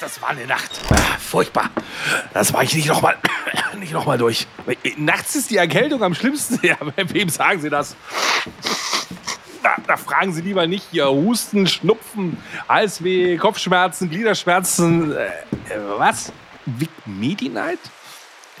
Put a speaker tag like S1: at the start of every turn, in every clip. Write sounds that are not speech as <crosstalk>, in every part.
S1: das war eine Nacht. Ah, Furchtbar. Das war ich nicht nochmal <coughs> nicht noch mal durch. Nachts ist die Erkältung am schlimmsten. <laughs> Ja, wem sagen Sie das? Da, da fragen Sie lieber nicht hier Husten, Schnupfen, Halsweh, Kopfschmerzen, Gliederschmerzen. Äh, äh, was? Vic Medi-Night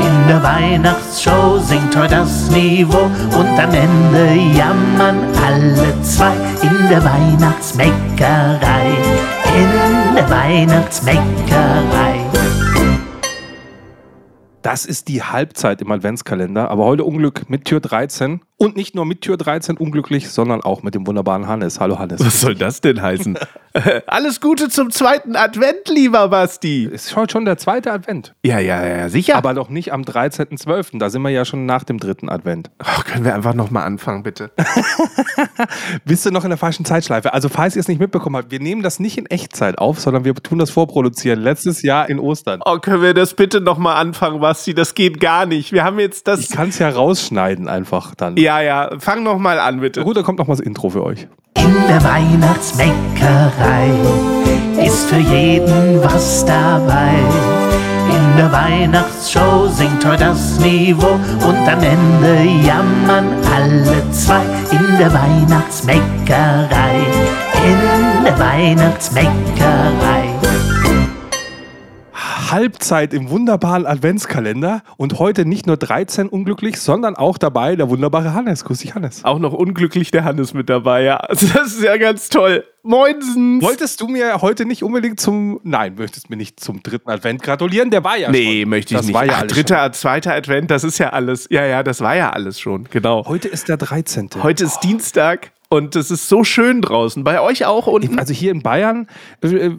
S2: In der Weihnachtsshow singt heute das Niveau und am Ende jammern alle zwei. In der Weihnachtsbäckerei, in der Weihnachtsbäckerei.
S1: Das ist die Halbzeit im Adventskalender, aber heute Unglück mit Tür 13 und nicht nur mit Tür 13 unglücklich, sondern auch mit dem wunderbaren Hannes. Hallo Hannes.
S3: Was soll das denn heißen? Äh, <laughs> Alles Gute zum zweiten Advent, lieber Basti.
S1: Ist heute schon der zweite Advent,
S3: Ja, ja, ja, sicher.
S1: aber doch nicht am 13.12., da sind wir ja schon nach dem dritten Advent.
S3: Ach, Oh, können wir einfach nochmal anfangen, bitte?
S1: Bist du noch in der falschen Zeitschleife? Also falls ihr es nicht mitbekommen habt, wir nehmen das nicht in Echtzeit auf, sondern wir tun das vorproduzieren. Letztes Jahr in Ostern.
S3: Oh, können wir das bitte nochmal anfangen, Basti? Das geht gar nicht. Wir haben jetzt
S1: Ich
S3: das.
S1: kann es ja rausschneiden einfach dann.
S3: Ja, ja, fang nochmal an, bitte.
S1: Gut, da kommt noch mal das Intro für euch.
S2: In der Weihnachtsbäckerei ist für jeden was dabei. In der Weihnachtsshow singt heute das Niveau und am Ende jammern alle zwei. In der Weihnachtsbäckerei, in der Weihnachtsbäckerei.
S1: Halbzeit im wunderbaren Adventskalender und heute nicht nur 13 unglücklich, sondern auch dabei der wunderbare Hannes. Grüß dich, Hannes.
S3: Auch noch unglücklich der Hannes mit dabei, ja. <laughs> Also, das ist ja ganz toll. Moinsen.
S1: Wolltest du mir heute nicht unbedingt zum. Nein, möchtest mir nicht zum dritten Advent gratulieren? Der war ja schon.
S3: Nee, möchte ich
S1: das
S3: nicht.
S1: War ja
S3: Ach,
S1: alles
S3: dritter, zweiter Advent, das ist ja alles. Ja, ja, das war ja alles schon. Genau.
S1: Schon. Heute ist der 13.
S3: Heute ist Dienstag und es ist so schön draußen. Bei euch auch unten?
S1: Also hier in Bayern, äh, äh,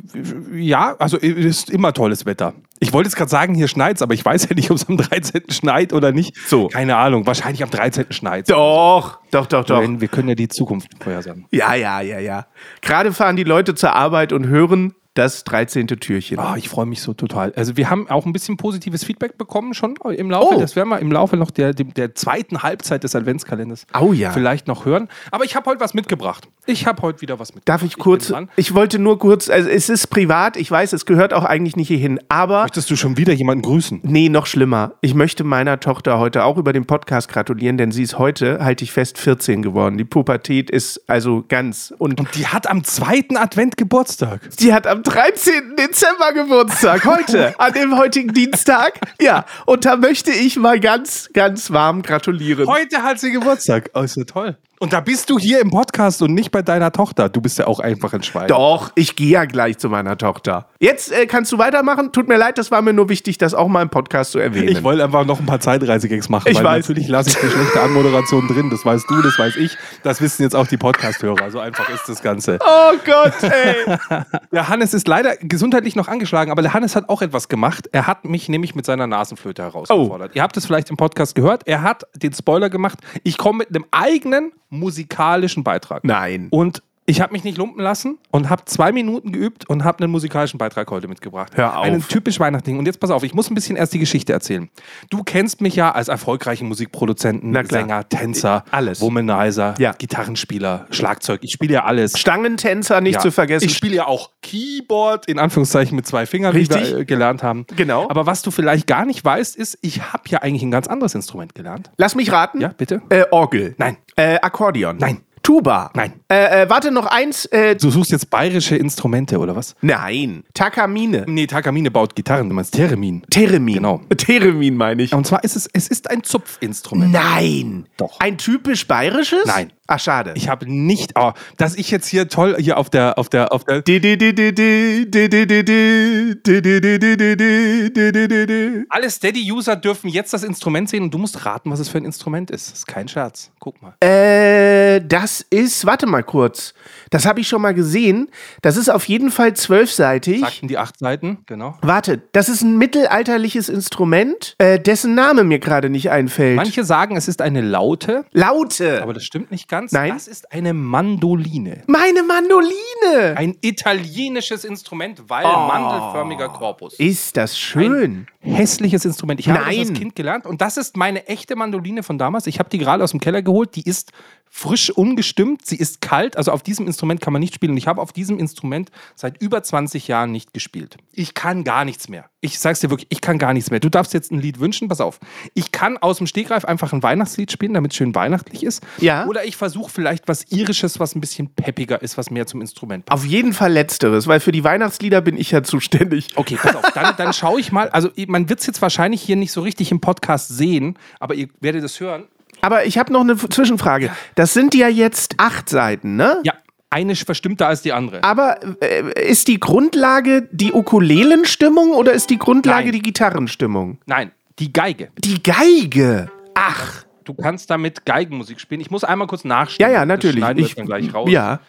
S1: ja, also äh, ist immer tolles Wetter. Ich wollte jetzt gerade sagen, hier schneit's, aber ich weiß ja nicht, ob es am 13. schneit oder nicht.
S3: So.
S1: Keine Ahnung. Wahrscheinlich am 13. schneit's.
S3: Doch, doch, doch, doch.
S1: Wenn- Wir können ja die Zukunft vorhersagen.
S3: Ja, ja, ja, ja. Gerade fahren die Leute zur Arbeit und hören das 13. Türchen.
S1: Ah, ich freue mich so total. Also wir haben auch ein bisschen positives Feedback bekommen schon im Laufe.
S3: Oh.
S1: Das werden wir im Laufe noch der, dem- der zweiten Halbzeit des Adventskalenders
S3: Au ja.
S1: vielleicht noch hören. Aber ich habe heute was mitgebracht. Ich habe heute wieder was mitgebracht.
S3: Darf ich
S1: bin
S3: kurz?
S1: dran.
S3: Ich wollte nur kurz, also es ist privat, ich weiß, es gehört auch eigentlich nicht hierhin, aber
S1: Möchtest du schon wieder jemanden grüßen?
S3: nee, noch schlimmer. Ich möchte meiner Tochter heute auch über den Podcast gratulieren, denn sie ist heute, halte ich fest, 14 geworden. Die Pubertät ist also ganz und
S1: Die hat am zweiten Advent Geburtstag.
S3: Die hat am 13. Dezember Geburtstag, heute, an dem heutigen Dienstag. Ja, und da möchte ich mal ganz, ganz warm gratulieren.
S1: Heute hat sie Geburtstag. Oh, ist ja toll. Und da bist du hier im Podcast und nicht bei deiner Tochter. Du bist ja auch einfach ein Schwein.
S3: Doch, ich gehe ja gleich zu meiner Tochter. Jetzt äh, kannst du weitermachen. Tut mir leid, das war mir nur wichtig, das auch mal im Podcast zu erwähnen.
S1: Ich wollte einfach noch ein paar Zeitreisegags machen.
S3: Ich weiß.
S1: Natürlich lasse ich die schlechte Anmoderation drin. Das weißt du, das weiß ich. Das wissen jetzt auch die Podcast-Hörer. So einfach ist das Ganze.
S3: oh Gott, ey.
S1: Der Hannes ist leider gesundheitlich noch angeschlagen, aber der Hannes hat auch etwas gemacht. Er hat mich nämlich mit seiner Nasenflöte herausgefordert.
S3: Oh.
S1: Ihr habt es vielleicht im Podcast gehört. Er hat den Spoiler gemacht. Ich komme mit einem eigenen musikalischen Beitrag.
S3: Nein.
S1: Und ich habe mich nicht lumpen lassen und habe zwei Minuten geübt und habe einen musikalischen Beitrag heute mitgebracht.
S3: Hör auf.
S1: Einen typisch Weihnachtlichen. Und jetzt pass auf, ich muss ein bisschen erst die Geschichte erzählen. Du kennst mich ja als erfolgreichen Musikproduzenten,
S3: Na klar.
S1: Sänger, Tänzer,
S3: Alles.
S1: Womanizer,
S3: Ja.
S1: Gitarrenspieler, Schlagzeug. Ich spiele ja alles.
S3: Stangentänzer nicht
S1: Ja.
S3: zu vergessen.
S1: Ich spiele ja auch Keyboard, in Anführungszeichen mit zwei Fingern, wie
S3: Richtig.
S1: wir äh, gelernt haben.
S3: Genau.
S1: Aber was du vielleicht gar nicht weißt, ist, ich habe ja eigentlich ein ganz anderes Instrument gelernt.
S3: Lass mich raten.
S1: Ja, bitte?
S3: Äh, Orgel.
S1: Nein.
S3: Äh, Akkordeon.
S1: Nein.
S3: Tuba.
S1: Nein.
S3: Äh, äh, warte, noch eins. Äh,
S1: Du suchst jetzt bayerische Instrumente, oder was?
S3: nein. Takamine.
S1: Nee, Takamine baut Gitarren, du meinst Theremin.
S3: Theremin.
S1: Genau.
S3: Theremin meine ich.
S1: Und zwar ist es, es ist ein Zupfinstrument.
S3: Nein.
S1: Doch.
S3: Ein typisch bayerisches?
S1: Nein.
S3: Ach, schade.
S1: Ich habe nicht, aber dass ich jetzt hier toll hier auf der, auf der, auf der.
S3: Di- di- di- di- di- di- di- di- di- di- di- di- di- di- di- di- di- di- di.
S1: Alle Steady-User dürfen jetzt das Instrument sehen und du musst raten, was es für ein Instrument ist. Das ist kein Scherz. Guck mal.
S3: Äh, das ist, warte mal kurz. Das habe ich schon mal gesehen. Das ist auf jeden Fall zwölfseitig.
S1: Sagten die acht Seiten, genau.
S3: Warte, das ist ein mittelalterliches Instrument, äh, dessen Name mir gerade nicht einfällt.
S1: Manche sagen, es ist eine Laute,
S3: Laute.
S1: aber das stimmt nicht ganz.
S3: Nein.
S1: Das ist eine Mandoline.
S3: Meine Mandoline.
S1: Ein italienisches Instrument, weil mandelförmiger Korpus.
S3: Ist das schön.
S1: Hässliches Instrument. Ich habe das
S3: Nein.
S1: als Kind gelernt und das ist meine echte Mandoline von damals. Ich habe die gerade aus dem Keller geholt. Die ist frisch ungestimmt, sie ist kalt. Also auf diesem Instrument kann man nicht spielen. Und ich habe auf diesem Instrument seit über 20 Jahren nicht gespielt. Ich kann gar nichts mehr. Ich sag's dir wirklich, ich kann gar nichts mehr. Du darfst jetzt ein Lied wünschen, pass auf. Ich kann aus dem Stegreif einfach ein Weihnachtslied spielen, damit es schön weihnachtlich ist.
S3: Ja.
S1: Oder ich versuche vielleicht was Irisches, was ein bisschen peppiger ist, was mehr zum Instrument passt.
S3: Auf jeden Fall letzteres, weil für die Weihnachtslieder bin ich ja zuständig.
S1: Okay, pass auf, dann, dann schaue ich mal. Also, man wird es jetzt wahrscheinlich hier nicht so richtig im Podcast sehen, aber ihr werdet es hören.
S3: Aber ich habe noch eine F- Zwischenfrage. Das sind ja jetzt acht Seiten, ne?
S1: Ja, eine ist verstimmter als die andere.
S3: Aber äh, ist die Grundlage die Ukulelenstimmung oder ist die Grundlage
S1: Nein.
S3: die Gitarrenstimmung?
S1: Nein, die Geige.
S3: Die Geige. Ach,
S1: Du kannst damit Geigenmusik spielen. Ich muss einmal kurz nachschauen.
S3: ja, ja, natürlich.
S1: Das schneiden wir
S3: Ich-
S1: jetzt dann gleich raus.
S3: Ja.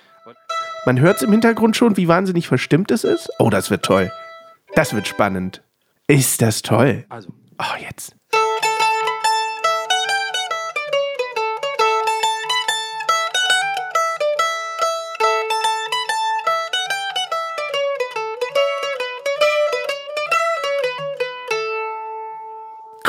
S3: Man hört es im Hintergrund schon, wie wahnsinnig verstimmt es ist. Oh, das wird toll. Das wird spannend. Ist das toll?
S1: Also,
S3: Oh, jetzt.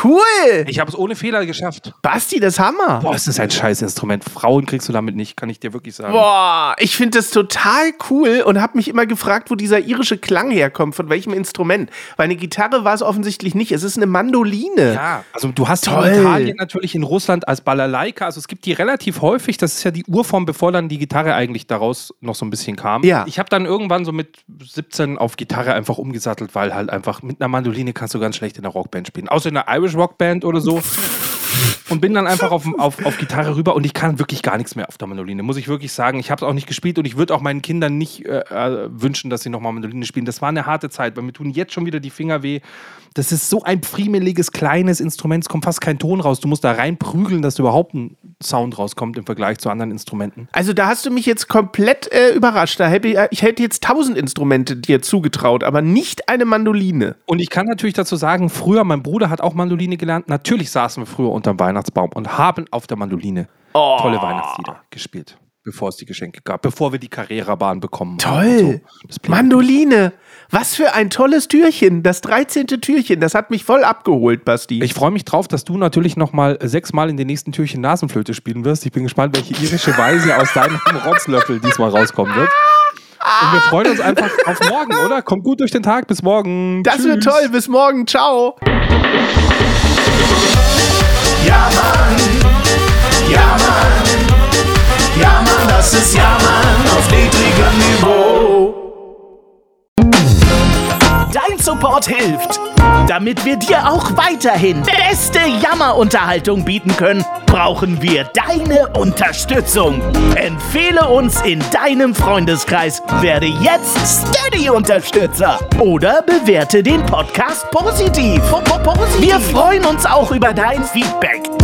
S3: Cool!
S1: ich habe es ohne Fehler geschafft.
S3: Basti, das Hammer!
S1: Boah, ist das ein scheiß Instrument. Frauen kriegst du damit nicht, kann ich dir wirklich sagen.
S3: Boah, ich finde das total cool und habe mich immer gefragt, wo dieser irische Klang herkommt, von welchem Instrument. Weil eine Gitarre war es offensichtlich nicht, es ist eine Mandoline.
S1: Ja, also du hast die
S3: Toll.
S1: in Italien natürlich in Russland als Balalaika, also es gibt die relativ häufig, das ist ja die Urform, bevor dann die Gitarre eigentlich daraus noch so ein bisschen kam.
S3: Ja.
S1: Ich habe dann irgendwann so mit 17 auf Gitarre einfach umgesattelt, weil halt einfach mit einer Mandoline kannst du ganz schlecht in der Rockband spielen, außer in einer Irish Rockband oder so. Und bin dann einfach auf, auf, auf Gitarre rüber und ich kann wirklich gar nichts mehr auf der Mandoline, muss ich wirklich sagen. Ich habe es auch nicht gespielt und ich würde auch meinen Kindern nicht äh, äh, wünschen, dass sie nochmal Mandoline spielen. Das war eine harte Zeit, weil mir tun jetzt schon wieder die Finger weh. Das ist so ein friemeliges, kleines Instrument, es kommt fast kein Ton raus. Du musst da reinprügeln, dass überhaupt ein Sound rauskommt im Vergleich zu anderen Instrumenten.
S3: Also da hast du mich jetzt komplett äh, überrascht. Da hätte ich, ich hätte jetzt tausend Instrumente dir zugetraut, aber nicht eine Mandoline.
S1: Und ich kann natürlich dazu sagen, früher, mein Bruder hat auch Mandoline gelernt. Natürlich saßen wir früher unterm Weihnachtsbaum und haben auf der Mandoline tolle Weihnachtslieder gespielt, bevor es die Geschenke gab, bevor wir die Carrera-Bahn bekommen haben.
S3: Toll.
S1: und So. Das Mann.
S3: Mandoline. Was für ein tolles Türchen. Das 13. Türchen. Das hat mich voll abgeholt, Basti.
S1: Ich freue mich drauf, dass du natürlich nochmal sechsmal in den nächsten Türchen Nasenflöte spielen wirst. Ich bin gespannt, welche irische Weise aus deinem Rotzlöffel diesmal rauskommen wird. Und wir freuen uns einfach auf morgen, oder? Kommt gut durch den Tag. Bis morgen.
S3: das wird
S1: Tschüss.
S3: toll. Bis morgen. Ciao.
S2: Ja, Mann. Ja, Mann. Ja, Mann, das ist Ja, Mann auf niedrigem Niveau.
S4: Dein Support hilft, damit wir dir auch weiterhin beste Jammerunterhaltung bieten können. Brauchen wir deine Unterstützung. Empfehle uns in deinem Freundeskreis. Werde jetzt Steady-Unterstützer oder bewerte den Podcast positiv. Po- po- positiv. Wir freuen uns auch über dein Feedback.